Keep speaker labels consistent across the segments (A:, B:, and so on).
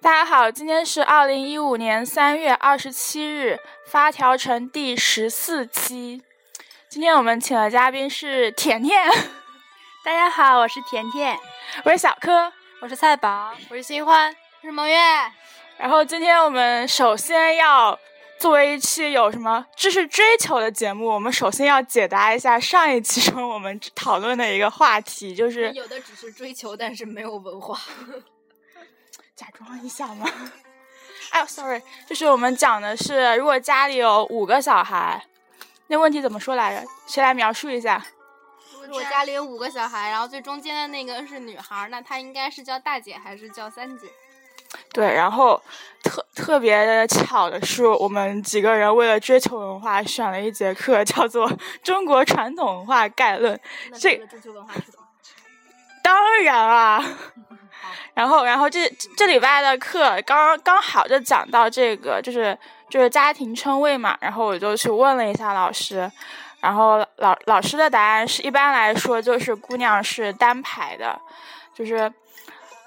A: 大家好，今天是二零一五年三月二十七日，发条城第十四期。今天我们请的嘉宾是甜甜，
B: 大家好，我是甜甜，
A: 我是小柯，
B: 我是菜宝，
C: 我是新欢，我是萌月。
A: 然后今天我们首先要作为一期有什么知识追求的节目，我们首先要解答一下上一期中我们讨论的一个话题，就是
C: 有的只是追求，但是没有文化。
A: 假装一下吗？ 哎呦，sorry，就是我们讲的是，如果家里有五个小孩，那问题怎么说来着？谁来描述一下？
C: 如果家里有五个小孩，然后最中间的那个是女孩，那她应该是叫大姐还是叫三姐？
A: 对，然后特特别的巧的是，我们几个人为了追求文化，选了一节课叫做《中国传统文化概论》。
C: 那
A: 这
C: 这个追求文化是什么？
A: 当然啊，然后然后这这礼拜的课刚刚好就讲到这个，就是就是家庭称谓嘛，然后我就去问了一下老师，然后老老师的答案是一般来说就是姑娘是单排的，就是。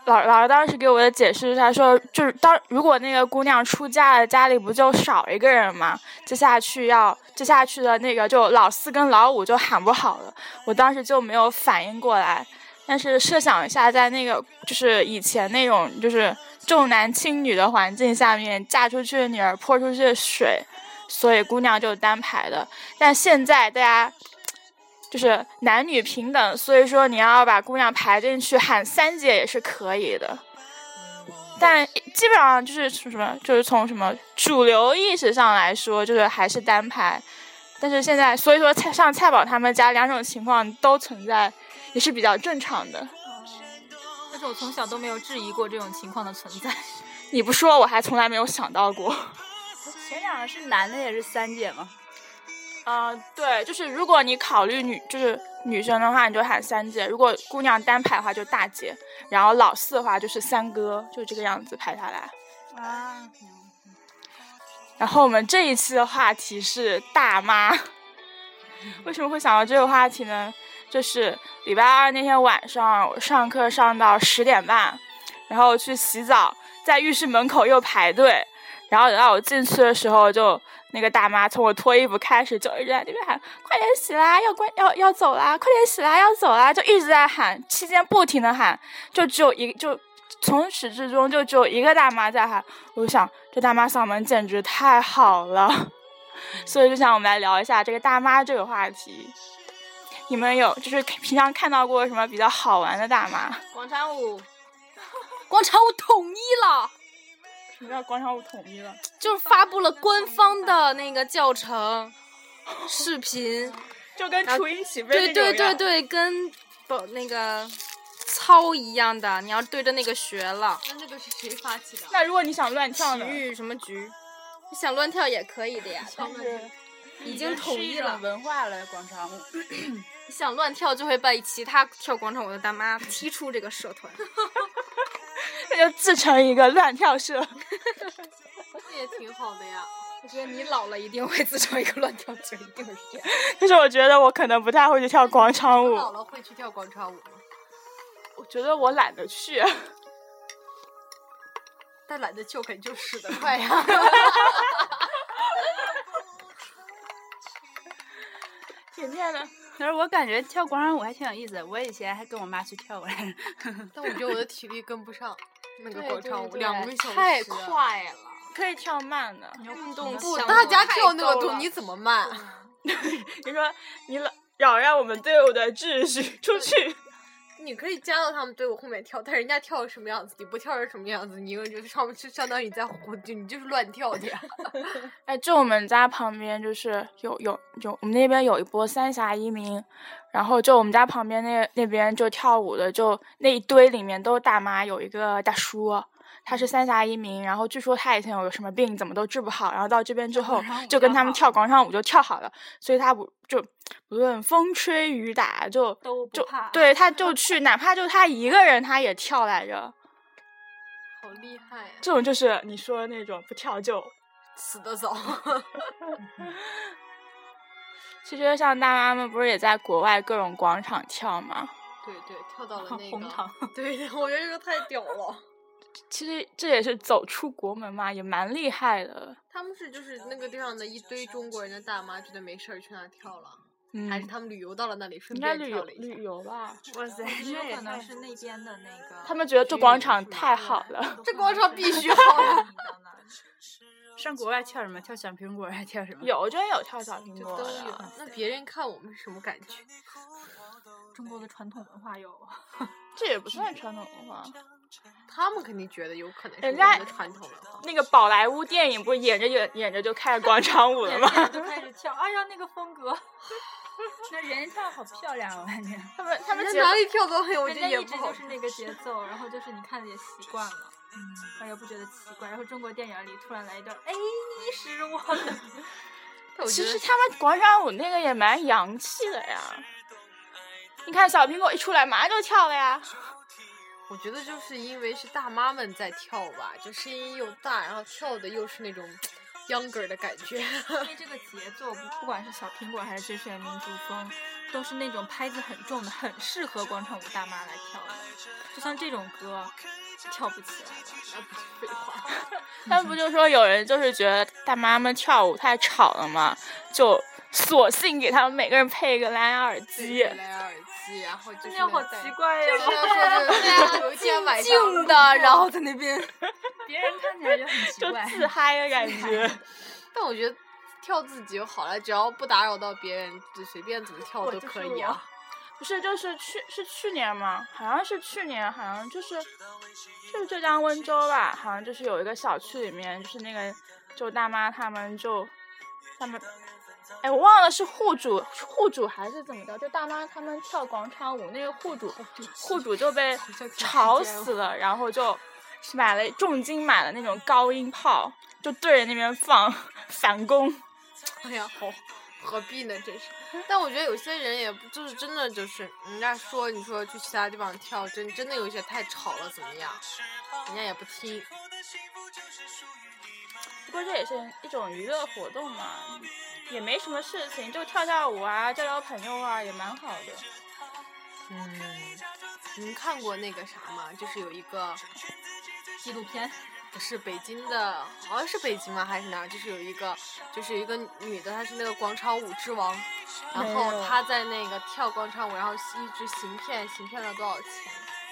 A: 老老师当时给我的解释是，他说就是当如果那个姑娘出嫁了，家里不就少一个人嘛，接下去要接下去的那个就老四跟老五就喊不好了，我当时就没有反应过来，但是设想一下，在那个就是以前那种就是重男轻女的环境下面，嫁出去的女儿泼出去的水，所以姑娘就是单排的。但现在大家就是男女平等，所以说你要把姑娘排进去，喊三姐也是可以的。但基本上就是什么，就是从什么主流意识上来说，就是还是单排。但是现在，所以说蔡像蔡宝他们家两种情况都存在，也是比较正常的。
B: 但是我从小都没有质疑过这种情况的存在。
A: 你不说，我还从来没有想到过。
B: 前两个是男的也是三姐吗？
A: 嗯、对，就是如果你考虑女就是女生的话，你就喊三姐；如果姑娘单排的话，就大姐；然后老四的话就是三哥，就这个样子排下来。
B: 啊，
A: 然后我们这一期的话题是大妈，为什么会想到这个话题呢？就是礼拜二那天晚上，我上课上到十点半，然后去洗澡，在浴室门口又排队，然后等到我进去的时候就，那个大妈从我脱衣服开始就一直在那边喊：“快点洗啦，要关要要走啦，快点洗啦，要走啦！”就一直在喊，期间不停的喊，就只有一就从始至终就只有一个大妈在喊。我就想，这大妈嗓门简直太好了， 所以就想我们来聊一下这个大妈这个话题。你们有就是平常看到过什么比较好玩的大妈？
C: 广场舞， 广场舞统一了，
A: 什么叫广场舞统一了？
C: 就是发布了官方的那个教程视频。
A: 就跟雏鹰起飞
C: 啊对
A: 那种
C: 对对
A: 样
C: 对，跟不那个操一样的，你要对着那个学了。
D: 那这个是谁发起的？
A: 那如果你想乱跳
C: 体
A: 呢？
C: 育什么局？你想乱跳也可以的呀，
A: 但是
C: 已经统一了。
B: 文化了广场舞。
C: 你想乱跳就会被其他跳广场舞的大妈踢出这个社团。
A: 那 就自成一个乱跳社。
D: 这也挺好的呀。
C: 我觉得你老了一定会自成一个乱跳者，一定是这样。
A: 但是我觉得我可能不太会去跳广场
D: 我
A: 舞，
D: 老了会去跳广场舞吗？
A: 我觉得我懒得去。
D: 但懒得跳，肯定就死得快 呀。
A: 甜甜呢？
B: 可是我感觉跳广场舞还挺有意思的，我以前还跟我妈去跳过来着。
D: 但我觉得我的体力跟不上那个
B: 对
D: 广
B: 对
D: 场舞，
B: 对
D: 两个小时啊
C: 太快了，
A: 可以跳慢的。
B: 运
C: 动
D: 不，
C: 强度
D: 大家跳那
C: 太
D: 个
C: 高
D: 动
C: 了
D: 你怎么慢？
A: 你说你老扰乱我们队伍的秩序，出去。
D: 你可以加到他们队伍后面跳，但人家跳成什么样子，你不跳成什么样子，你又就上就相当于你在混，就你就是乱跳的呀。
A: 哎，就我们家旁边就是有有有，我们那边有一波三峡移民，然后就我们家旁边那那边就跳舞的，就那一堆里面都是大妈，有一个大叔。他是三峡移民，然后据说他以前有个什么病，怎么都治不好，然后到这边之后
B: 广场舞
A: 就跟
B: 跳
A: 他们
B: 好
A: 跳广场舞就跳好了，所以他不就不论风吹雨打就
B: 都不
A: 就
B: 怕
A: 对他就去，哪怕就他一个人他也跳来着，
D: 好厉害啊呀，
A: 这种就是你说的那种不跳就
D: 死得早。
A: 其实像大妈们不是也在国外各种广场跳吗？
D: 对对，跳到了那个
B: 红毯，
D: 对，我觉得这个太屌了。
A: 其实这也是走出国门嘛，也蛮厉害的。
D: 他们是就是那个地方的一堆中国人的大妈，觉得没事儿去那儿跳了，
A: 嗯，
D: 还是他们旅游到了那里，顺
A: 应该旅
D: 便跳
A: 游
D: 了一下
A: 旅。游吧？
B: 哇塞，
E: 也有
B: 这也
E: 可能
B: 太
E: 是那边的那个，
A: 他们觉得这广场太好了，
D: 这广场必须好
E: 啊！
B: 上国外跳什么？跳小苹果还跳什么？
A: 有真有跳小苹
D: 就
A: 果
D: 都有
A: 的，，
D: 那别人看我们什么感觉？
E: 中国的传统文化有，
A: 这也不
D: 嗯
A: 算传统文化。
D: 他们肯定觉得有可能是我
A: 人家
D: 们的传统文化。
A: 那个宝莱坞电影不是演着演演着就开始广 场舞 了吗？
E: 就开始跳，哎呀，那个风格，
B: 那人家跳好漂亮，我感觉。
A: 他们他们
D: 人
A: 觉
D: 家
A: 得
D: 哪里跳都很有，我
E: 人
D: 觉
E: 家
D: 得也
E: 一
D: 不
E: 直
D: 好
E: 就
D: 看。
E: 是那个节奏，然后就是你看的也习 惯了，
B: 嗯
E: 哎呀，不觉得奇怪。然后中国电影里突然来一段，哎，你是我的，
D: 但我觉
A: 其
D: 得
A: 实他们广场舞那个也蛮洋气的呀。你看小苹果一出来，马上就跳了呀。
D: 我觉得就是因为是大妈们在跳吧，就声音又大，然后跳的又是那种 younger 的感觉。
E: 因为这
B: 这个节奏不不管是小苹果还是这水民族风，都是那种拍子很重的，很适合广场舞大妈来跳的。就像这种歌，跳不起来了。
D: 废话，
A: 他们不就说有人就是觉得大妈们跳舞太吵了嘛，就索性给他们每个人配一个蓝牙耳机。
D: 蓝牙耳机，然后就是
E: 那样好
D: 戴
E: 奇怪 呀、
D: 就是
F: 哦
D: 说 就是
C: 对啊
D: 有一天晚上
C: 静的，然后在那边
B: 别人看起来就很奇
A: 就
B: 怪。
A: 自嗨的感觉，
D: 但我觉得跳自己就好了，只要不打扰到别人，就随便怎么跳
E: 我
D: 都
E: 就是
D: 可以啊。
A: 不是，就是去是去年吗？好像是去年，好像就是就是浙江温州吧，好像就是有一个小区里面，就是那个就大妈他们就他们，哎，我忘了是户主户主还是怎么着，就大妈他们跳广场舞，那个户主户主就被
D: 像挺
A: 吵
D: 时间
A: 死了，然后就买了重金买了那种高音炮，就对着那边放 反攻。
D: 哎呀，好，何必呢？真是。但我觉得有些人也不就是真的就是人家说你说去其他地方跳，真真的有一些太吵了，怎么样？人家也不听。
A: 不过这也是一种娱乐活动嘛，也没什么事情，就跳跳舞啊，交交朋友啊，也蛮好的。
D: 嗯，你们看过那个啥吗？就是有一个
E: 纪录片，
D: 不是北京的，好像是北京吗？还是哪儿？就是有一个，就是一个女的，她是那个广场舞之王，然后
A: 没有
D: 她在那个跳广场舞，然后一直行骗，行骗了多少钱？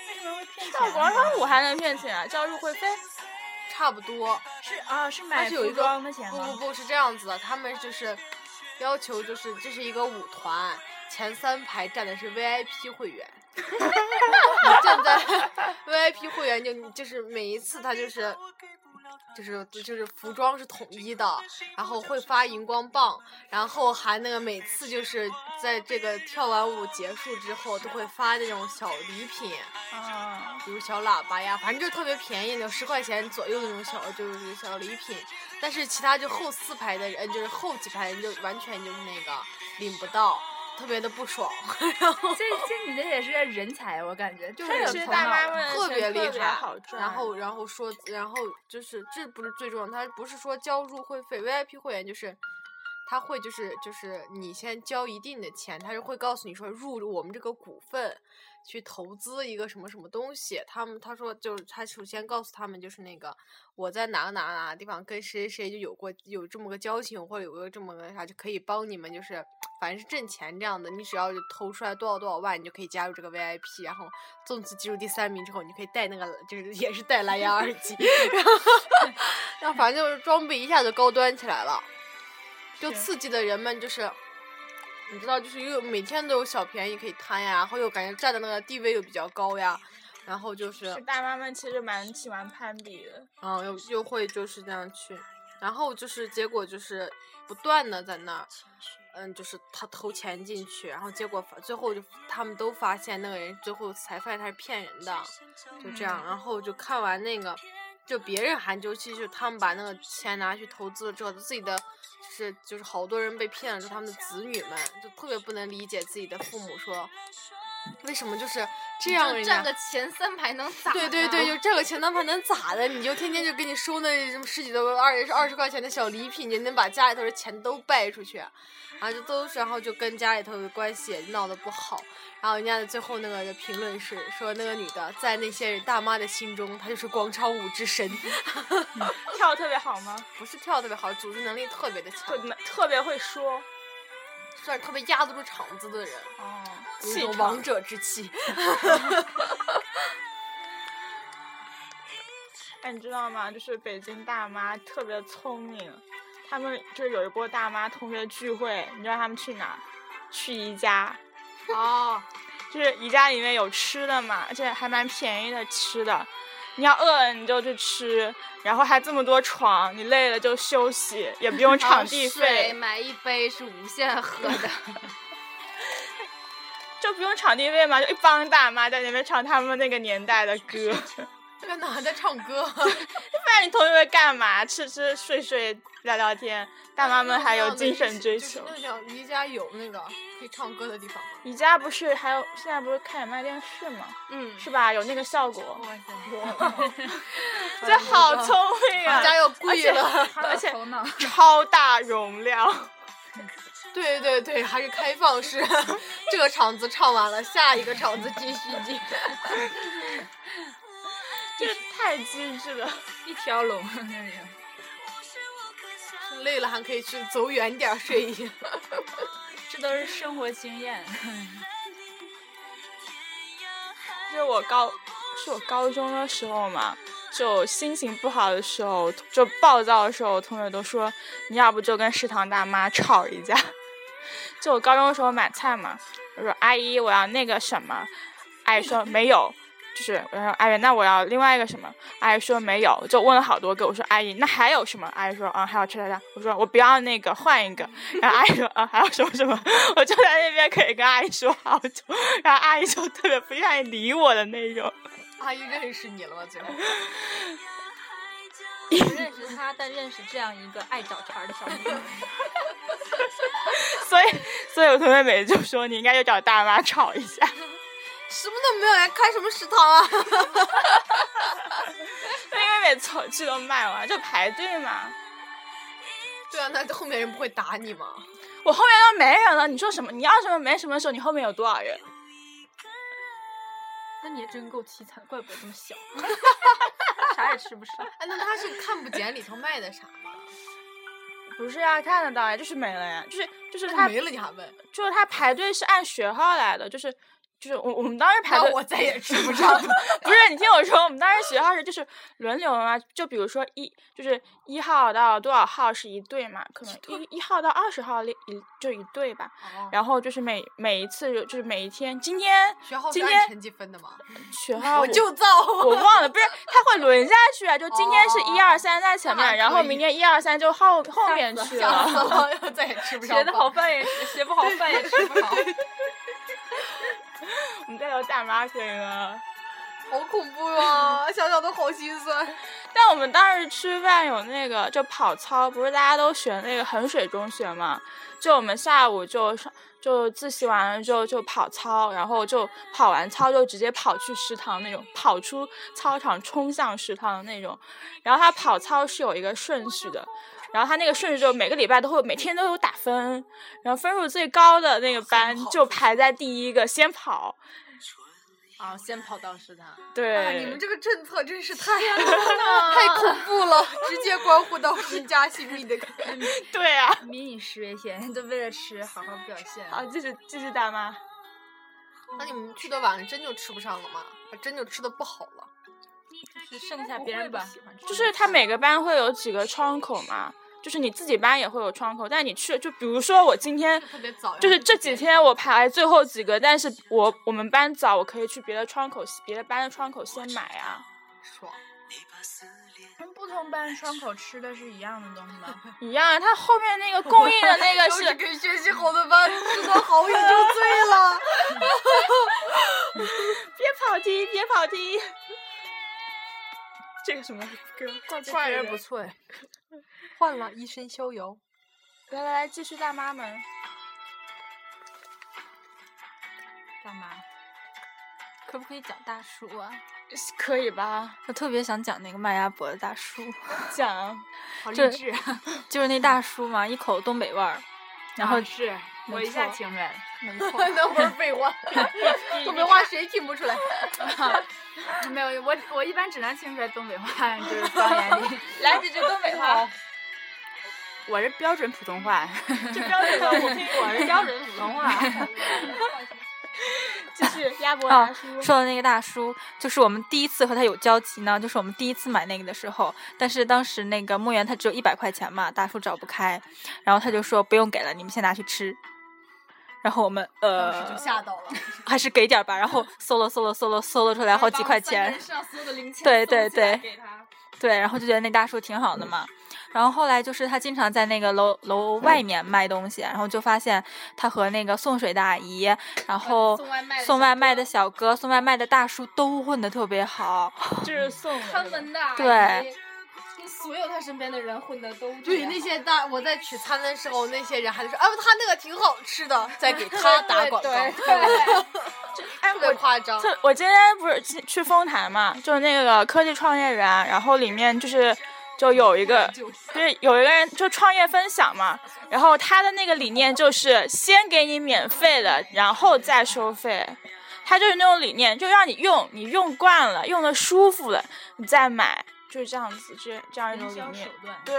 E: 为什么会骗
A: 跳广场舞还能骗钱啊？交入会费？
D: 差不多。
B: 是啊，是
D: 它
B: 买
D: 是有
B: 服
D: 一个
B: 装的钱
D: 不不
B: 吗？
D: 不是这样子的，他们就是要求就是这是一个舞团，前三排站的是 VIP 会员。你站在 VIP 会员就你就是每一次他就是。就是就是服装是统一的，然后会发荧光棒，然后还那个每次就是在这个跳完舞结束之后都会发那种小礼品，
A: 啊，
D: 比如小喇叭呀，反正就特别便宜，就十块钱左右的那种小就是小礼品。但是其他就后四排的人，就是后几排人就完全就是那个领不到，特别的不爽，然后
E: 嗯
B: 这这女的也是人才，我感觉就是
A: 这
B: 有
A: 其实
B: 头
A: 大
B: 脑
A: 妈们
D: 特别
A: 钱
D: 厉
A: 特别
D: 害
A: 好。赚。
D: 然后然后说，然后就是这不是最重要，他不是说交入会费，VIP 会员就是。他会就是就是你先交一定的钱，他是会告诉你说入我们这个股份，去投资一个什么什么东西，他们他说就是他首先告诉他们就是那个我在哪个哪个哪个地方跟谁谁就有过有这么个交情或者有个这么个啥，就可以帮你们就是反正是挣钱这样的，你只要就投出来多少多少万，你就可以加入这个 VIP，然后纵次进入第三名之后，你可以带那个就是也是带蓝牙耳机， 然后然后反正就是装备一下就高端起来了，就是刺激的人们就是。你知道，就是又有每天都有小便宜可以贪呀，然后又感觉站的那个地位又比较高呀，然后就是
A: 就大妈们其实蛮喜欢攀比的。
D: 嗯，又又会就是这样去，然后就是结果就是不断的在那儿，嗯，就是他投钱进去，然后结果发最后就他们都发现那个人最后才发现他是骗人的，就这样，然后就看完那个，就别人还就其实他们把那个钱拿去投资了之后，自己的是就是好多人被骗了之后，他们的子女们就特别不能理解自己的父母说。为什么就是
C: 这
D: 这样人家
B: 啊
C: 占？个前三排能咋？
D: 对对对，，就这个钱他还能咋的？你就天天就给你收那什么十几的二二十块钱的小礼品，你能把家里头的钱都败出去，啊，就都是然后就跟家里头的关系也闹得不好，然后人家的最后那个评论是说那个女的在那些人大妈的心中，她就是广场舞之神，
A: 跳得特别好吗？
D: 不是跳得特别好，组织能力特别的强
A: 特，特别会说，
D: 算是特别压得住场子的人，
A: 哦，
D: 有一
A: 气
D: 种
A: 场
D: 王者之气。
A: 哎，你知道吗？就是北京大妈特别聪明，他们就是有一波大妈同学聚会，你知道他们去哪儿？去宜家，
D: 哦，
A: 就是宜家里面有吃的嘛，而且还蛮便宜的吃的。你要饿了你就去吃，然后还这么多床，你累了就休息，也不用场地
D: 啊
C: 水
A: 费，
C: 买一杯是无限 喝的，
A: 就不用场地费嘛，就一帮大妈在那边唱他们那个年代的 歌。
D: 这个哪在唱歌？
A: 不然你同学会干嘛？吃吃睡睡聊聊天，大妈们还有精神追求
D: 嗯就是。那叫瑜伽有那个可以唱歌的地方吗？
A: 宜家不是还有现在不是开始卖电视吗？
C: 嗯，
A: 是吧？有那个效果，
D: 哦
E: 哇塞，
A: 这好聪明
D: 瑜
A: 啊！
D: 伽要
A: 而
D: 贵
A: 且
D: 了，
A: 而且
E: 头脑。
A: 超大容量，
D: 对对对，还是开放式。 这个场子唱完了，下一个场子继续进。
A: 这太机智了。
E: 一条龙那 里。
D: 累了还可以去走远点儿睡一下。
E: 这都是生活经验。
A: 就是我高，是我高中的时候嘛，就心情不好的时候，就暴躁的时候，同学都说你要不就跟食堂大妈吵一架。 就我高中的时候买菜嘛，我说阿姨我要那个什么，阿姨说没有，就是我说阿姨那我要另外一个什么，阿姨说没有，就问了好多个，我说阿姨那还有什么？阿姨说啊还有叉叉叉，我说我不要那个换一个，然后阿姨说啊还有什么什么， 我就在那边可以跟阿姨说好久，然后阿姨就特别不愿意理我的那种，
D: 阿姨认识你了吗？最后，
E: 不认识他，但认识这样一个爱找茬儿的小女孩。
A: 所以所以我同学每次就说你应该去找大妈吵一下，
D: 什么都没有，还开什么食堂啊？
A: 因为每次我去都卖完就排队嘛，
D: 对啊，那后面人不会打你吗？
A: 我后面都没人了，你说什么？你要什么没什么的时候，你后面有多少人？
E: 那你也真够凄惨，怪不得这么小， 啥也吃不上。
D: 哎，那他是看不见里头卖的啥吗？
A: 不是啊，看得到呀，就是没了呀，就是就是
D: 那
A: 他
D: 没了你还问？
A: 就是他排队是按学号来的，就是就是我我们当时排队
D: 那我再也吃不上 了。
A: 不是，你听我说，我们当时学号是就是轮流嘛，就比如说一就是一号到多少号是一队嘛，可能一一号到二十号另一就一队吧。然后就是每每一次就是每一天，今天
D: 学号是
A: 今
D: 按
A: 天
D: 成绩分的吗？
A: 学号
D: 啊我就造。
A: 我忘了，不是他会轮下去啊，就今天是一二三在前
D: 哦那还
A: 面，然
D: 可
A: 后
D: 以
A: 明天一二三就后后面去
D: 吓 死
A: 了。
D: 了，又再也吃不上。
E: 学的好，饭也吃，学不好饭也吃 不好。
A: 我们再聊大妈可以吗？
D: 好恐怖啊！ 想想都好心酸。
A: 但我们当时吃饭有那个就跑操，不是大家都学那个衡水中学嘛？就我们下午就上就自习完了之后就跑操，然后就跑完操就直接跑去食堂那种，跑出操场冲向食堂的那种。然后他跑操是有一个顺序的，然后他那个顺序就每个礼拜都会每天都有打分，然后分数最高的那个班就排在第一个先跑。
E: 啊，先跑到食堂。
A: 对，
D: 哎，你们这个政策真是太 太恐怖了，直接关乎到身家性命的。
A: 对 啊。
E: 民以食为天，都为了吃好好表现。
A: 好，啊继续继续大妈。
D: 那你们去的晚了，真就吃不上了吗？还真就吃的不好了。
E: 是剩下别人不喜欢吃，
A: 就是它每个班会有几个窗口嘛，就是你自己班也会有窗口，但你去就比如说我今天
D: 特别早，
A: 就是这几天我排最后几个，但是我我们班早，我可以去别的窗口、别的班的窗口先买啊。
D: 爽，
B: 不同班窗口吃的是一样的东西 吗？
A: 一样啊，它后面那个供应的那个
D: 要是
A: 是，
D: 跟学习好的班吃的好，也就醉了。
A: 别跑题，别跑题。这个什么歌？怪不
D: 坏
A: 得
D: 人不脆，换了一身逍遥。
A: 来来来，继续大妈们。
E: 干嘛？可不可以讲大叔啊？
A: 可以吧？
E: 我特别想讲那个卖鸭脖的大叔，
A: 讲
D: 好励
E: 这
D: 志啊，
E: 就是那大叔嘛，一口东北味儿，然后
F: 啊是我一下听出来了，
E: 没错，
D: 那不是废 话，东北话谁听不出 来？
F: 没有我我一般只能听出来东北话就是方言里，
A: 来几句东北话，
F: 我是标准普通话，
A: 这标准的我听过。
F: 我是标准普 通话。
A: 继续鸭脖
E: 啊
A: 大叔，
E: 说的那个大叔，就是我们第一次和他有交集呢，就是我们第一次买那个的时候，但是当时那个墓园他只有一百块钱嘛，大叔找不开，然后他就说不用给了，你们先拿去吃。然后我们
C: 当时
E: 呃
C: 就吓到了，
E: 还是给点儿吧，然后搜了搜了搜了搜了出来好几块钱，
B: 上所有的零钱
E: 对对
B: 搜起来
E: 对
B: 给他
E: 对，然后就觉得那大叔挺好的嘛。然后后来就是他经常在那个楼楼外
C: 嗯
E: 面卖东西，然后就发现他和那个送水的阿姨，然后
C: 呃送外卖的
E: 送
C: 小
E: 外卖的小
C: 哥
E: 哥、送外卖的大叔都混得特别好。
A: 就是送的
C: 看门的阿姨
E: 对，
C: 跟所有他身边的人混的都这
D: 对，
C: 样
D: 那些大我在取餐的时候，那些人还说啊，他那个挺好吃的，在给他打广告，
A: 哎，
D: 特别
A: 我
D: 夸张。
A: 这我今天不是去去丰台嘛，就是那个科技创业园，然后里面就是就有一个，就是有一个人就创业分享嘛，然后他的那个理念就是先给你免费的，然后再收费。他就是那种理念，就让你用，你用惯了，用的舒服了，你再买，就是这样子，这这样一种理念，
F: 段
A: 对，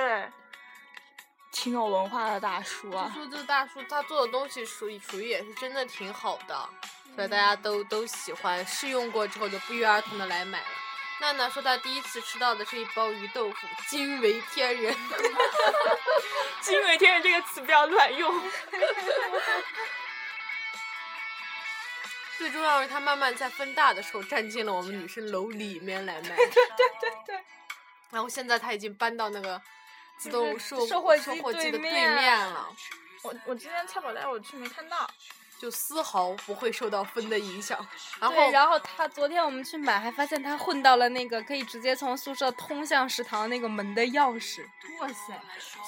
A: 挺有文化的大叔啊。
D: 说这大叔他做的东西属于属于也是真的挺好的，所以大家都都喜欢，试用过之后就不约而同的来买了。娜娜说她第一次吃到的是一包鱼豆腐，惊为天人。
A: 惊为天人这个词不要乱用。
D: 最重要是他慢慢在分大的时候站进了我们女生楼里面来卖。对对对然后现在他已经搬到那个自动售
A: 售货机
D: 售货机
A: 对
D: 的对
A: 面
D: 面了，
A: 我我今天菜宝带我去没看到，
D: 就丝毫不会受到分的影响。然后
C: 对，然后他昨天我们去买，还发现他混到了那个可以直接从宿舍通向食堂那个门的钥匙。
F: 哇塞，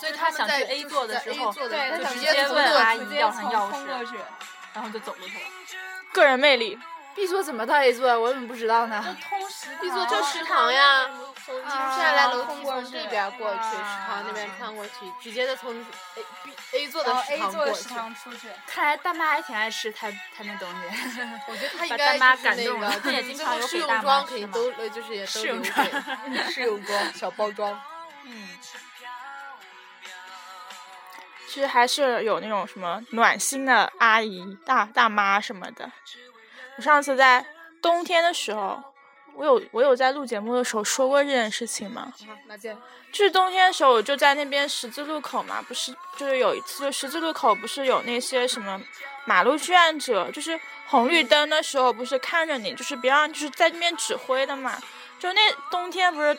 D: 所以
E: 他
D: 们
E: 想
D: 在
E: 去 A
D: 就是
E: 座的
D: 在
E: 时
D: A
E: 候
D: 座的
C: 对
D: 时
C: 他
D: 候
C: 想
D: 直
C: 直
D: 接
C: 接
D: 从
E: 问
D: 那
E: 阿
D: 个
E: 姨
C: 直接
E: 要上
C: 从
E: 钥
C: 通过
E: 匙，
C: 去。
E: 然后就走过去了。
A: 个人魅力。
F: B 座怎么到 A 座啊？我怎么不知道呢？
D: 一坐就食堂呀， 就是现在来楼
C: 通
D: 梯
C: 过
D: 从
C: 去
D: 这边过去，食
C: 啊
D: 堂那边穿过去，直接再从 A B 哦 A 座的
C: 然后
D: 食
C: A
D: 堂
C: 座
D: 过
C: 的
D: 去
C: 食。堂出去，
F: 看来大妈还挺爱吃他他那东西。
D: 我觉得他应
F: 把
D: 该
F: 大妈
D: 就是
F: 感
D: 那
F: 动
D: 个
F: 了，
D: 就
E: 也
D: 是
E: 经
D: 最
E: 常
D: 后
E: 有
D: 试
E: 给
D: 用
E: 大妈
D: 装
E: 吃
D: 肯定
E: 嘛
D: 都呃就是也都
F: 试
D: 留
F: 用
D: 给
F: 装
D: 试用装小包 装。
A: 其实还是有那种什么暖心的阿姨、大大妈什么的。我上次在冬天的时候，我有我有在录节目的时候说过这件事情吗？
C: 哪件？
A: 就是冬天的时候，我就在那边十字路口嘛，不是就是有一次，就十字路口不是有那些什么马路志愿者，就是红绿灯的时候，不是看着你，就是别让，就是在那边指挥的嘛。就那冬天不是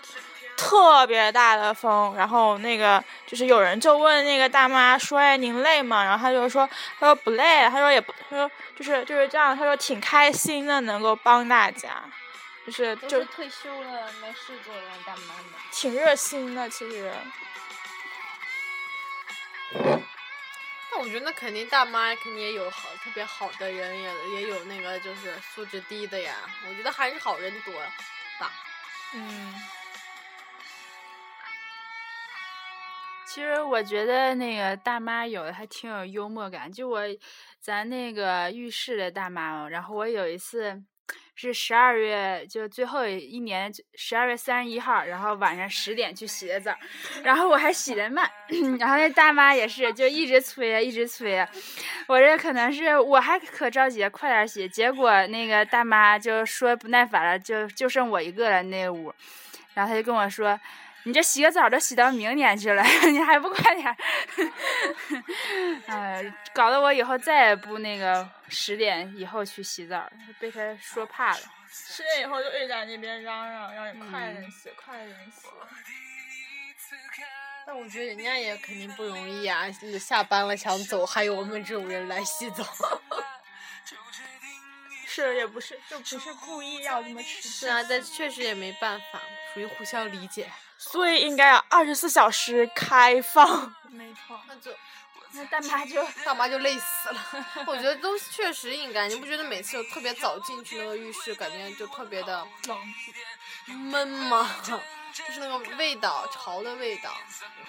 A: 特别大的风，然后那个就是有人就问那个大妈说：“哎，您累吗？”然后她就说：“她说不累，她说也不，她说就是就是这样，她说挺开心的，能够帮大家，就是
C: 都
A: 就是
C: 退休了没事做的大妈们。
A: 挺热心的，其实。”
D: 但我觉得那肯定大妈肯定也有好特别好的人，也也有那个就是素质低的呀。我觉得还是好人多吧。
A: 嗯，
F: 其实我觉得那个大妈有的还挺有幽默感，就我咱那个浴室的大妈哦，然后我有一次是十二月就最后一年十二月三十一号，然后晚上十点去洗的澡，然后我还洗的慢，然后那大妈也是就一直催啊，一直催啊，我这可能是我还可着急，快点洗，结果那个大妈就说不耐烦了，就就剩我一个了那屋，然后她就跟我说。你这洗个澡都洗到明年去了， 你还不快点儿？ 哎、搞得我以后再也不那个十点以后去洗澡儿，被他说怕了。
A: 十点以后就一直在那边嚷嚷，让你快点
F: 嗯
A: 洗，快点洗。
D: 但我觉得人家也肯定不容易 呀、下班了想走，还有我们这种人来洗澡。
A: 是也不是，就不是故意要这么迟。
D: 啊是啊，但确实也没办法，属于互相理解。
A: 所以应该要二十四小时开放。
B: 没错，
D: 那就
B: 那大妈就
D: 大妈就累死了。 我觉得都确实应该，你不觉得每次有特别早进去那个浴室，感觉就特别的
B: 冷，
D: 闷吗？就是那个味道，潮的味道。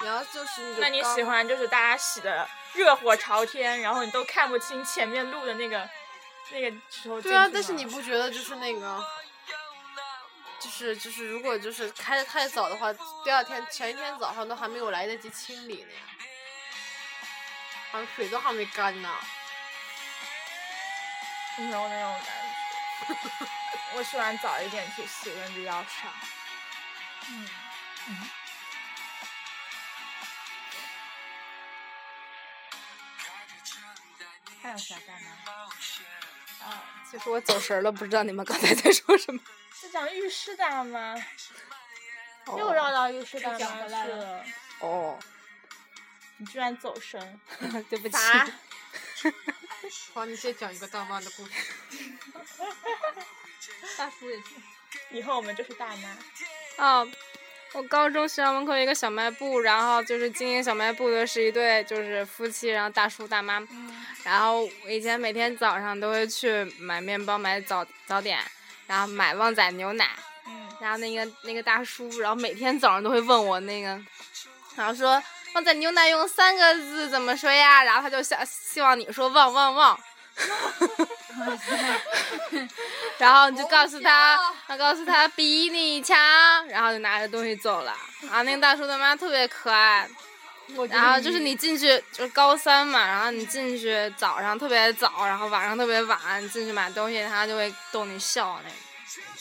D: 你要就是那种
A: 那你
D: 刚
A: 喜欢就是大家洗的热火朝天，然后你都看不清前面路的那个那个时候进
D: 对
A: 去吗。
D: 啊，但是你不觉得就是那个，就是就是，如果就是开的太早的话，第二天前一天早上都还没有来得及清理呢，好像水都还没干呢。
A: 没有那种感觉。我喜欢早一点去洗，人比较少。
F: 还有啥大妈？
C: 就是我走神儿了，不知道你们刚才在说什么。
A: 在讲浴室大妈，又绕到浴室大妈去了。
C: 哦，
A: 你居然走神，
C: 对不起。
A: 啥？
D: 好，你先讲一个大妈的故 事。
B: 大叔也是。
A: 以后我们就是大妈。
C: 啊，我高中学校门口有一个小卖部，然后就是经营小卖部的是一对就是夫妻，然后大叔大妈。然后我以前每天早上都会去买面包、买早早点，然后买旺仔牛奶。然后那个那个大叔，然后每天早上都会问我那个，然后说旺仔牛奶用三个字怎么说呀？然后他就想希望你说旺旺旺。 然后你就告诉他，他告诉他比你强，然后就拿着东西走了。然后那个大叔他妈特别可爱，然后就是你进去就是高三嘛，然后你进去早上特别早，然后晚上特别晚，你进去买东西，他就会逗你笑那种，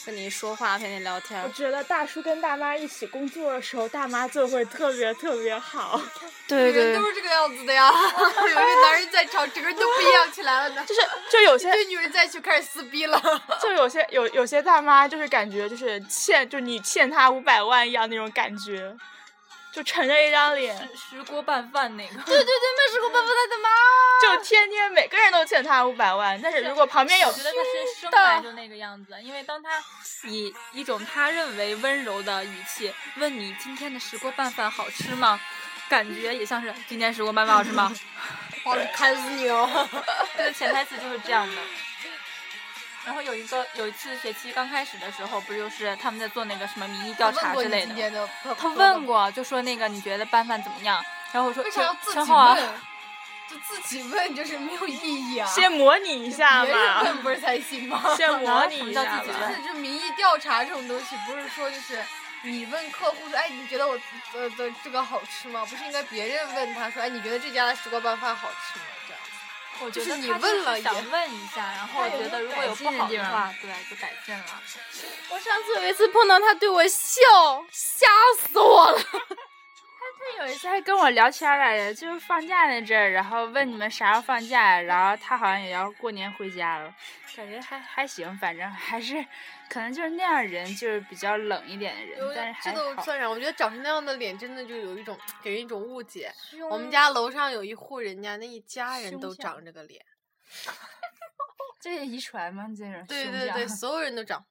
C: 跟你说话，陪你聊天
A: 我。觉得大叔跟大妈一起工作的时候，大妈就会特别特别好。
C: 对对
D: 人都是这个样子的呀， 有个男人在场，整个人都不一样起来了呢。
A: 就是就有些
D: 对女人在一起开始撕逼了，
A: 就有些有有些大妈就是感觉就是欠，就你欠她五百万一样那种感觉，就沉着一张脸，
E: 石锅拌饭那个。
C: 对对对，那是我爸爸他的妈。
A: 就天天每个人都欠她五百万。但是如果旁边有
E: 我觉得他是生来就那个样子，因为当 他以一种他认为温柔的语气问你今天的石锅拌饭好吃吗，感觉也像是今天石锅拌饭好吃 吗？
D: 我砍死你哦！
E: 这个潜台词就是这样的。然后有一个有一次学期刚开始的时候，不就是他们在做那个什么民意调查之类
D: 我问过你今
E: 的，
D: 天的，
E: 他问过，就说那个你觉得拌饭怎么样？然后我说
D: 为啥要自
E: 陈
D: 己
E: 浩啊，
D: 问？就自己问就是没有意义啊。
A: 先模拟一下
D: 别人
A: 嘛，
D: 问不是才行吗？
A: 先模拟一
E: 什么叫
A: 下
E: 自己
A: 吧
E: 问
D: 就是这民意调查这种东西，不是说就是你问客户说，哎，你觉得我呃的这个好吃吗？不是应该别人问他说，哎，你觉得这家的石锅拌饭好吃吗？这样子。
E: 我
D: 就
E: 觉
D: 是
E: 得
D: 你
E: 他就
D: 问
E: 是
D: 了也
E: 想问一下，然后我觉得如果有不好的话，对，就改进了。
C: 我上次有一次碰到他对我笑，吓死我了。
F: 有一次还跟我聊天来着，就是放假那阵儿，然后问你们啥时候放假，然后他好像也要过年回家了，感觉还还行，反正还是可能就是那样人，就是比较冷一点的人，但是
D: 这
F: 还
D: 都
F: 好。
D: 算上，我觉得长成那样的脸，真的就有一种给人一种误解。我
E: 嗯
D: 们家楼上有一户人家，那一家人都长这个脸，
F: 这是遗传吗？这种
D: 对
F: 凶
D: 对对，
F: 相，
D: 所有人 都长，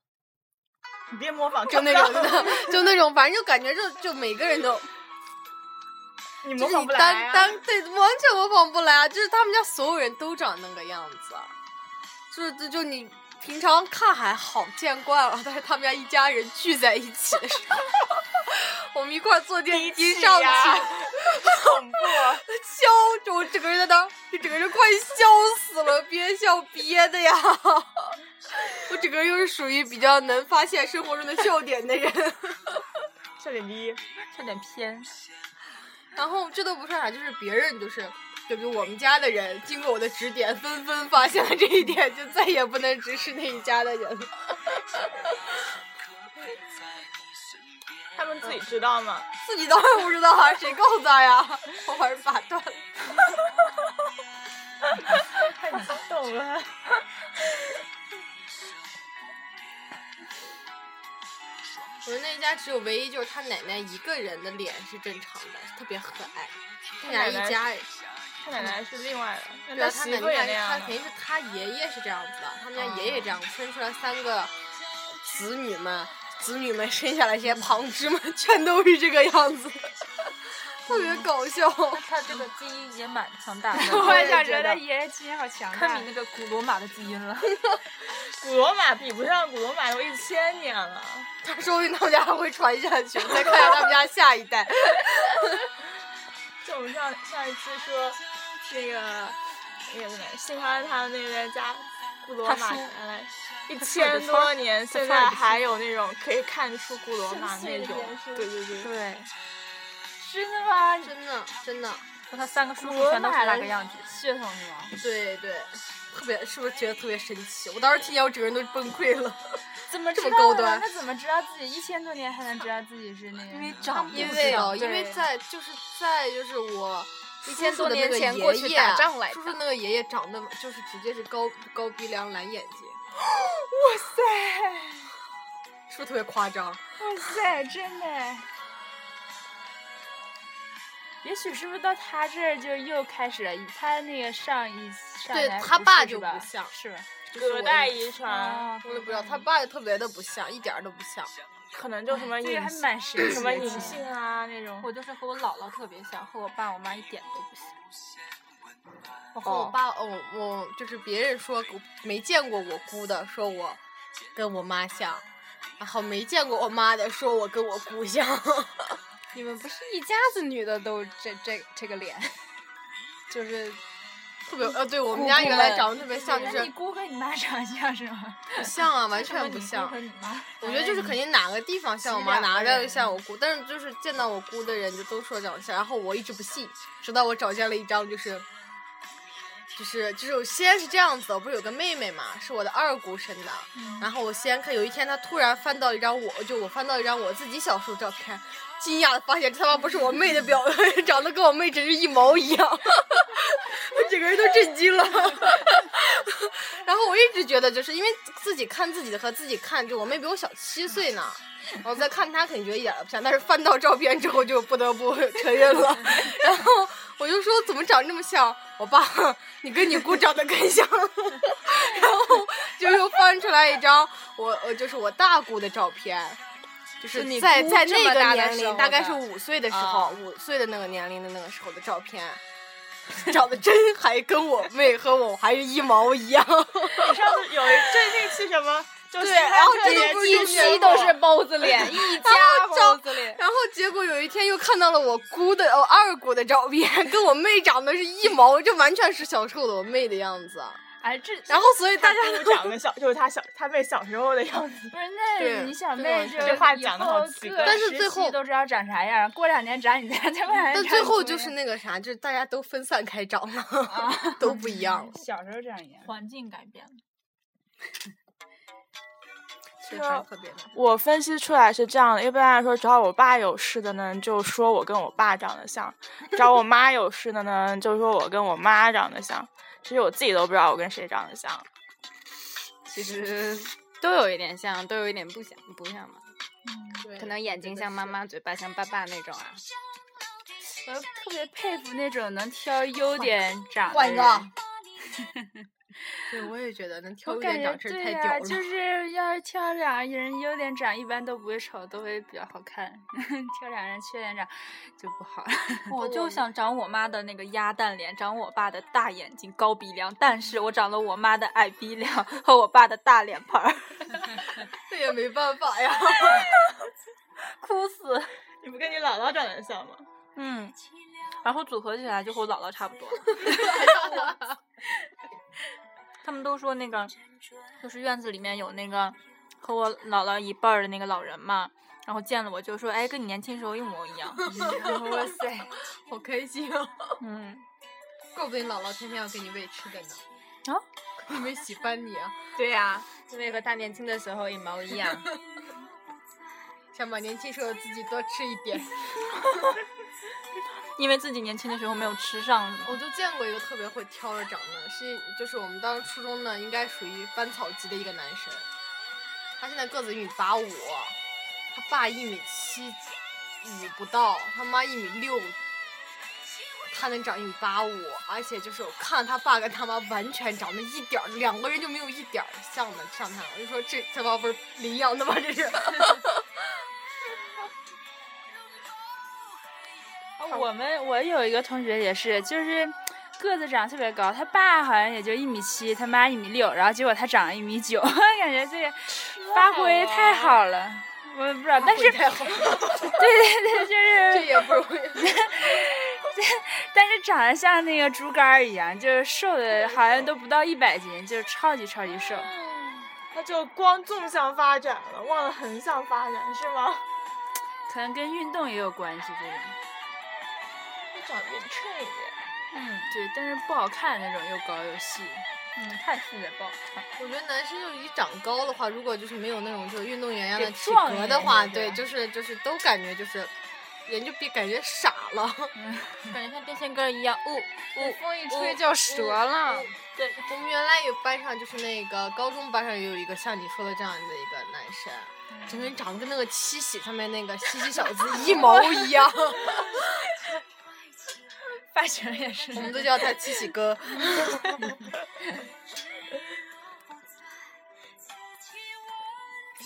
A: 你别模仿
D: 就
A: 看不
D: 那
A: 到，
D: 种，就那种，反正就感觉就就每个人都。
A: 你模
D: 就是
A: 仿
D: 你
A: 不
D: 单
A: 来、啊。
D: 单对，完全模仿不来啊！就是他们家所有人都长那个样子，啊就是就就你平常看还好见惯了，但是他们家一家人聚在一起的时候， 我们一块儿坐电梯
A: 起
D: 上去，
A: 呀恐怖！
D: 笑着我整个人在那儿，就整个人快笑死了，憋笑憋的呀！ 我整个人又是属于比较能发现生活中的笑点的人。
A: 笑点低，
E: 有点偏，
D: 然后这都不算啥，就是别人就是，就比如我们家的人，经过我的指点，纷纷发现了这一点，就再也不能直视那一家的人了。
A: 他们自己知道吗？
D: 自己当然不知道啊，谁告诉他呀？我还是把断了。
A: 太激动了。
D: 我们那一家只有唯一就是他奶奶一个人的脸是正常的，特别可爱。他俩
A: 奶
D: 一
A: 奶
D: 家人，
A: 他奶奶是另外的，那
D: 对
A: 他
D: 啊，他
A: 嗯媳
D: 奶
A: 妇也那
D: 奶
A: 样
D: 他
A: 的
D: 肯定是他爷爷是这样子的，他们家爷爷这样生出来三个子女们，子女们生下来这些旁支们，全都是这个样子，特别搞笑。
E: 他这个基因也蛮强大的
F: 我也
D: 也
F: 想
D: 觉
F: 觉
D: 得
F: 得爷爷基因好强
E: 堪
F: 大
E: 比。那个古罗马的基因了。
A: 古罗马比不上古罗马都一千年了。
D: 他说不定他们家还会传下去，再看看他们家下一代。
A: 就我们上上一次说那个那个什么杏花他们那边家古罗马原来一千多年，现在还有那种可以看出古罗马那种，对对对。
E: 对，
A: 真的吗？
D: 真的，真的，
E: 那他三个叔
A: 古
E: 叔
A: 罗
E: 全都是
A: 马
E: 那
A: 的
E: 个样子，血统女王。
D: 对对，特别是不是觉得特别神奇？我当时听见我整个人都崩溃了，
E: 怎么
D: 这
E: 知
D: 么
E: 道
D: 高
E: 的
D: 端
E: 他怎么知道自己一千多年还能知道自己是那个？因为
F: 长
D: 因
E: 不
D: 为
E: 知道
D: 因为
E: 对
D: 在就是在就是我。
C: 一千多
D: 的那
C: 年
D: 个
C: 前
D: 爷
C: 过去
D: 爷
C: 打仗来
D: 叔
C: 的
D: 叔那个爷爷长得就是直接是高高鼻梁蓝眼睛，哇塞，是不是特别夸张？
A: 哇塞，真的！
F: 也许是不是到他这儿就又开始了？他那个上一上
D: 对
F: 来
D: 他
F: 是
D: 爸
F: 是
D: 就
F: 吧
D: 不像
F: 是吧？
D: 就是
A: 隔
D: 我
A: 代
D: 一
A: 遗传，
F: 啊，
D: 我也不知道，他爸就特别的不像，一点儿都不像。
A: 可能就什么
F: 这个
A: 隐
F: 还
A: 性
F: 蛮神奇的。
A: 什么
F: 其
A: 隐
F: 实
A: 性啊那 种。
E: 我就是和我姥姥特别像，和我爸我妈一点都不像。
D: 我和我爸，哦，我就是别人说我没见过我姑的，说我跟我妈像，然后没见过我妈的，说我跟我姑像。
C: 你们不是一家子女的都这这这 个脸，就是
D: 特别呃，对我们家原来长得特别像，就
E: 那你
D: 是
E: 姑和你妈长相是吗？
D: 不像 啊，完
E: 那
D: 全不
E: 你姑
D: 像
E: 和。你妈，
D: 我觉得就是肯定哪个地方像我妈，哪个地方像我姑，但是就是见到我姑的人就都说长相，然后我一直不信，直到我找见了一张就是。就是就是我先是这样子，我不是有个妹妹嘛，是我的二姑生的。
E: 嗯
D: 然后我先看，有一天她突然翻到一张我，就我翻到一张我自己小时候照片，惊讶的发现这他妈不是我妹的表， 长得跟我妹真是一毛一 样，我整个人都震惊了。 然后我一直觉得，就是因为自己看自己的和自己看，就我妹比我小七岁呢，然后再看她，肯定觉得一点儿都不像。但是翻到照片之后，就不得不承认了。然后我就说，怎么长这么像？我爸，你跟你姑长得更像。 然后就又翻出来一张我，呃，就是我大姑的照片。就是
C: 你
D: 在
C: 姑
D: 在
C: 这
D: 那
C: 么
D: 个
C: 大的
D: 年
C: 时
D: 龄，
C: 候
D: 大概
C: 的啊
D: 是五岁的时候，五、岁的那个年龄的那个时候的照片，长得真还跟我妹和我还是一毛一 样。
A: 你上次有一最近是什么？就
D: 对
A: 是他
D: 然后
A: 特
D: 这个
A: 别
D: 不是
A: 近
D: 有
A: 期
D: 些
C: 一都是包子脸，一家包子脸。
D: 然后结果有一天又看到了我姑的哦二姑的照片，跟我妹长得是一毛，这完全是小时候的我妹的样子。啊
F: 哎，这
D: 然后所以大家
A: 他姑长得小，就是他小他妹小时候的样子。
F: 不是，那
D: 对
F: 你想哦
D: 对
F: 妹
D: 我
F: 就
A: 这话
F: 以
A: 讲得
F: 后
A: 好奇
F: 各
A: 怪
D: 但是
F: 时
D: 最
F: 期
D: 后
F: 都知道长啥样，过两年长你家，再过两年
D: 但
F: 长
D: 最
F: 你
D: 后
F: 姑
D: 就是
F: 娘
D: 那个啥，就是大家都分散开长
F: 啊
D: 了， 都不一样了。
F: 小时候这样一样。
E: 环境改变了。
D: 确实
F: 啊
D: 特别的。
A: 我分析出来是这样的，一般来说，只要我爸有事的呢，就说我跟我爸长得像；只要我妈有事的呢，就说我跟我妈长得像。其实我自己都不知道我跟谁长得像。
C: 其实都有一点像，都有一点不像，不像嘛。
D: 对
C: 可能眼睛像妈妈，嘴巴像爸爸那种啊。
F: 我特别佩服那种能挑优点长的
D: 换一
F: 人。
D: 个啊对，我也觉得能挑
F: 啊我
D: 一
F: 感
D: 点
F: 觉
D: 长事
F: 对
D: 太
F: 呀、
D: 屌 了。
F: 就是要是挑两个人优点长，一般都不会丑，都会比较好看。 挑两个人缺点长就不好了。
E: 我就想长我妈的那个鸭蛋脸，长我爸的大眼睛、高鼻梁，但是我长了我妈的矮鼻梁和我爸的大脸盘儿，
D: 这也没办法呀。
E: 哭死。
A: 你不跟你姥姥长得像吗？
E: 嗯，然后组合起来就和我姥姥差不多。 他们都说那个，就是院子里面有那个和我姥姥一辈儿的那个老人嘛，然后见了我就说，哎，跟你年轻时候一模一 样。
D: 哇 塞，好开心啊！
E: 嗯，
D: 怪不得你姥姥天天要给你喂吃的呢。
E: 啊？
D: 你没喜欢你啊？
F: 对呀、
C: 因为和他年轻的时候一毛一样。
D: 想把年轻时候自己多吃一点。
E: 因为自己年轻的时候没有吃上，
D: 我就见过一个特别会挑着长的，是就是我们当时初中呢，应该属于班草级的一个男生，他现在个子一米八五，他爸一米七五不到，他妈一米六，他能长一米八五，而且就是我看了他爸跟他妈完全长得一点儿，两个人就没有一点儿像的像他，我就说这他妈不是领养的吗？这是。
F: 我们我有一个同学也是，就是个子长得特别高，他爸好像也就一米七，他妈一米六，然后结果他长了一米九， 感觉这个发挥太
D: 啊
F: 好了。我也不知道，但是对 对对，就是
D: 这也不容易。
F: 但是长得像那个竹竿儿一样，就是瘦的，好像都不到一百斤，就是超级超级瘦。
A: 他就光纵向发展了，忘了横向发展是吗？
F: 可能跟运动也有关系，这种。
A: 长得匀称一点。
F: 嗯，对，但是不好看那种，又高又细。嗯，太细也不好看。
D: 我觉得男生就是一长高的话，如果就是没有那种就是运动员一样的
F: 给
D: 体
F: 撞
D: 格
F: 晕
D: 的话，
F: 了
D: 对，
F: 对
D: 就是就是都感觉就是，人就比感觉傻了。
B: 感觉像电线杆儿一样，哦哦，
D: 风 一
C: 吹就折了。
D: 对，我们原来有班上就是那个高中班上也有一个像你说的这样的一个男生，整个人长得跟那个七喜上面那个西西小子一毛一样，
F: 发型也是
D: 我们都叫他七喜 哥。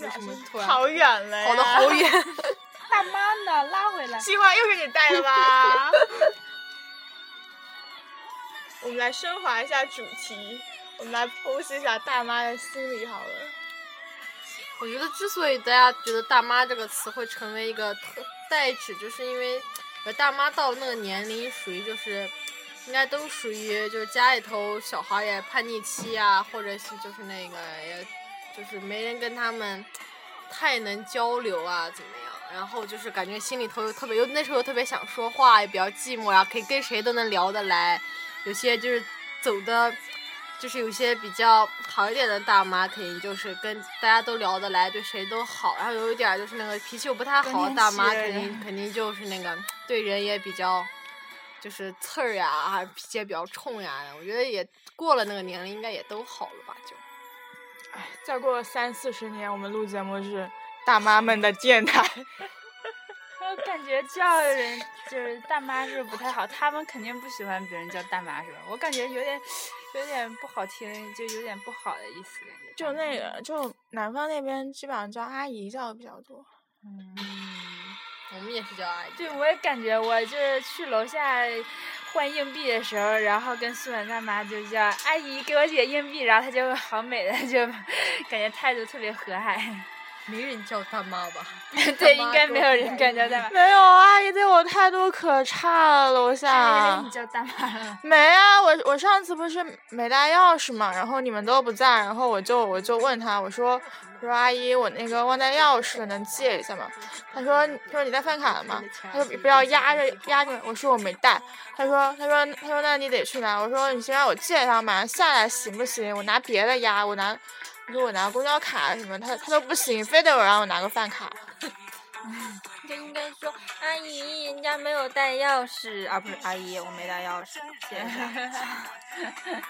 D: 为什么突然
A: 跑远了呀！
D: 跑得好远？
F: 大妈呢，拉回来。
A: 西瓜又给你带了吧？ 我们来升华一下主题，我们来剖析一下大妈的心理好了。
D: 我觉得之所以大家觉得“大妈”这个词会成为一个特代指，就是因为呃，大妈到了那个年龄，属于就是应该都属于就是家里头小孩也叛逆期啊，或者是就是那个也就是没人跟他们太能交流啊，怎么样？然后就是感觉心里头又特别，又那时候又特别想说话，也比较寂寞啊，可以跟谁都能聊得来。有些就是走的，就是有些比较好一点的大妈，肯定就是跟大家都聊得来，对谁都好。然后有一点儿就是那个脾气又不太好的大妈，
F: 更年
D: 肯
F: 期
D: 定肯定就是那个对人也比较。就是刺儿呀、啊，脾气也比较冲呀、我觉得也过了那个年龄，应该也都好了吧？就
A: 哎，再过三四十年，我们录节目是大妈们的电台。
F: 我感觉叫人就是大妈是不太好，他们肯定不喜欢别人叫大妈，是吧？我感觉有点有点不好听，就有点不好的意思，感觉
A: 就那个，就南方那边基本上叫阿姨叫的比较多。
D: 嗯我们也是叫阿姨。
F: 对，我也感觉我就是去楼下换硬币的时候，然后跟宿管大妈就叫阿姨给我几个硬币，然后她就好美的就感觉态度特别和蔼。
D: 没人叫大妈 吧？
F: 对，
D: 大妈
F: 应该没有人敢叫
D: 都不
F: 大妈。
A: 没有，阿姨对我态度可差了，楼
D: 啊
F: 哎
A: 下
F: 你。叫大妈了，
A: 没啊，我我上次不是没带钥匙嘛，然后你们都不在，然后我就我就问他，我说我说阿姨，我那个忘带钥匙了，能借一下吗？他说他说你带饭卡了吗？他说不要压着压着，我说我没带。他说他说他说那你得去拿，我说你先让我借一下，马上下来行不行？我拿别的压，我拿我说我拿公交卡什么，他他都不行，非得我让我拿个饭卡。
B: 你就应该说阿姨，人家没有带钥匙啊，不是阿姨，我没带钥匙，谢谢。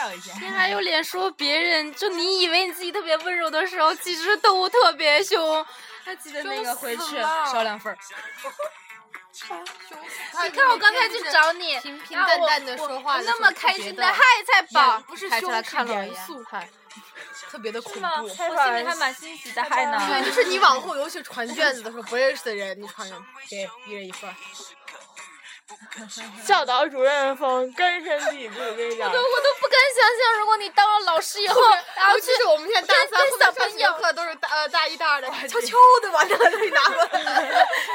F: 笑一下。
C: 你还有脸说别人？就你以为你自己特别温柔的时候，其实都特别凶。还记得那个回去少两份儿。你看我刚才去找你，
D: 平平
C: 然后
D: 淡
C: 我
D: 淡的说话
C: 我
D: 的时
C: 那
D: 候
C: 么
D: 就
C: 开
D: 觉
C: 心
D: 得
C: 的，嗨，菜宝，
D: 不是
C: 抬起
D: 凶
C: 来
D: 是
C: 看了我一
D: 严
C: 眼，
D: 肃
C: 嗨，
D: 特别的恐
C: 吗我
D: 怖。
C: 心里还蛮欣喜的，嗨
D: 对，
C: 呢。
D: 就是你往后尤其传卷子的时候，不认识的人你传给给一人一份儿。
A: 教导主任风根深蒂固，我跟你讲。
C: 我都不敢想象，如果你当了老师以后，然后
D: 尤其是我们现在大
C: 跟
D: 三
C: 跟
D: 后面
C: 小
D: 上
C: 朋
D: 几节
C: 友
D: 课都是大呃大一大二的，悄悄的把那个东西拿 过来，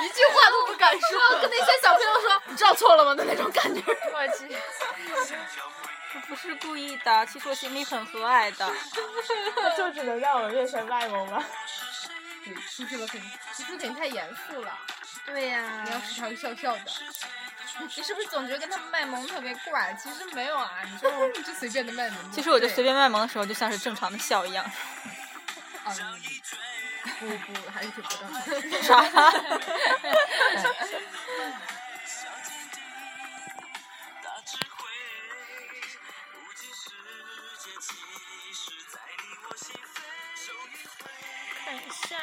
D: 一句话都不敢说。
C: 跟那些小朋友说，你知道错了吗的那种感觉。
F: 我去，
E: 我不是故意的，其实我心里很和蔼的。
A: 就只能在我们面前卖萌吗？
D: 你是不是你是不是太严肃了？
C: 对呀
D: 你要时常笑笑的，
C: 你是不是总觉得跟他们卖萌特别怪？其实没有啊，你说
D: 你就随便的卖萌。
E: 其实我就随便卖萌的时候，就像是正常的笑一样。
D: 不不，还是挺不正常的。
A: 看一下，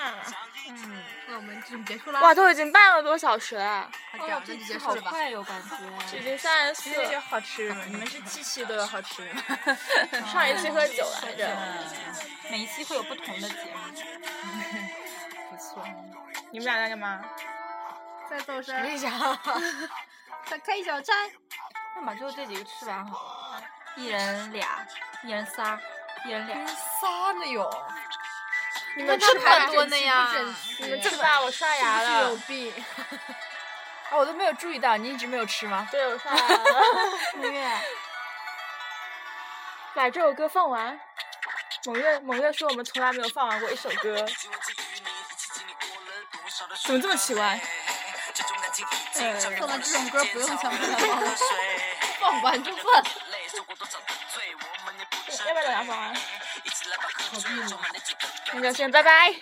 D: 嗯，
B: 那我们就结束啦。
A: 哇，都已经半个多小时了，
D: 快
B: 哎
D: 点
B: 呦
D: 儿，，那
B: 这
D: 就
B: 期
D: 结
B: 好
D: 束了吧。
B: 快哟，感觉
A: 已。经三十四
F: 其实有好 吃的，你们是七期都有好 吃的。
A: 上一期喝酒来着，
E: 每一期会有不同的节目。嗯
F: 不错，
A: 你们俩在干嘛？
F: 再走神
D: 等一下啊，
F: 再开一小餐。
E: 那把最后这几个吃完好了，一人俩，一人仨，一人俩。
D: 仨呢有，
C: 你
D: 那
C: 们
D: 他
C: 这
D: 们
C: 么
D: 还
C: 多
D: 整
C: 呢
D: 齐不
C: 呀？
D: 整
A: 你
D: 齐
A: 们去吧，我刷牙了。
D: 病。
F: 啊，我都没有注意到，你一直没有吃吗？
A: 对，我刷牙了。
E: 木月，
A: 把这首歌放完。猛月，猛月说我们从来没有放完过一首歌。怎么这么奇怪？
F: 放到这种歌不用想办法了。
D: 放完就算了。
A: 要不要等下放完？那就先拜拜。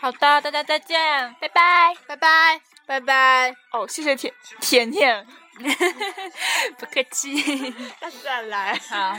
E: 好的，大家再见，拜拜，拜拜，拜拜。
A: 哦，谢谢甜甜甜，
E: 不客气。
A: 下次再来。
F: 好。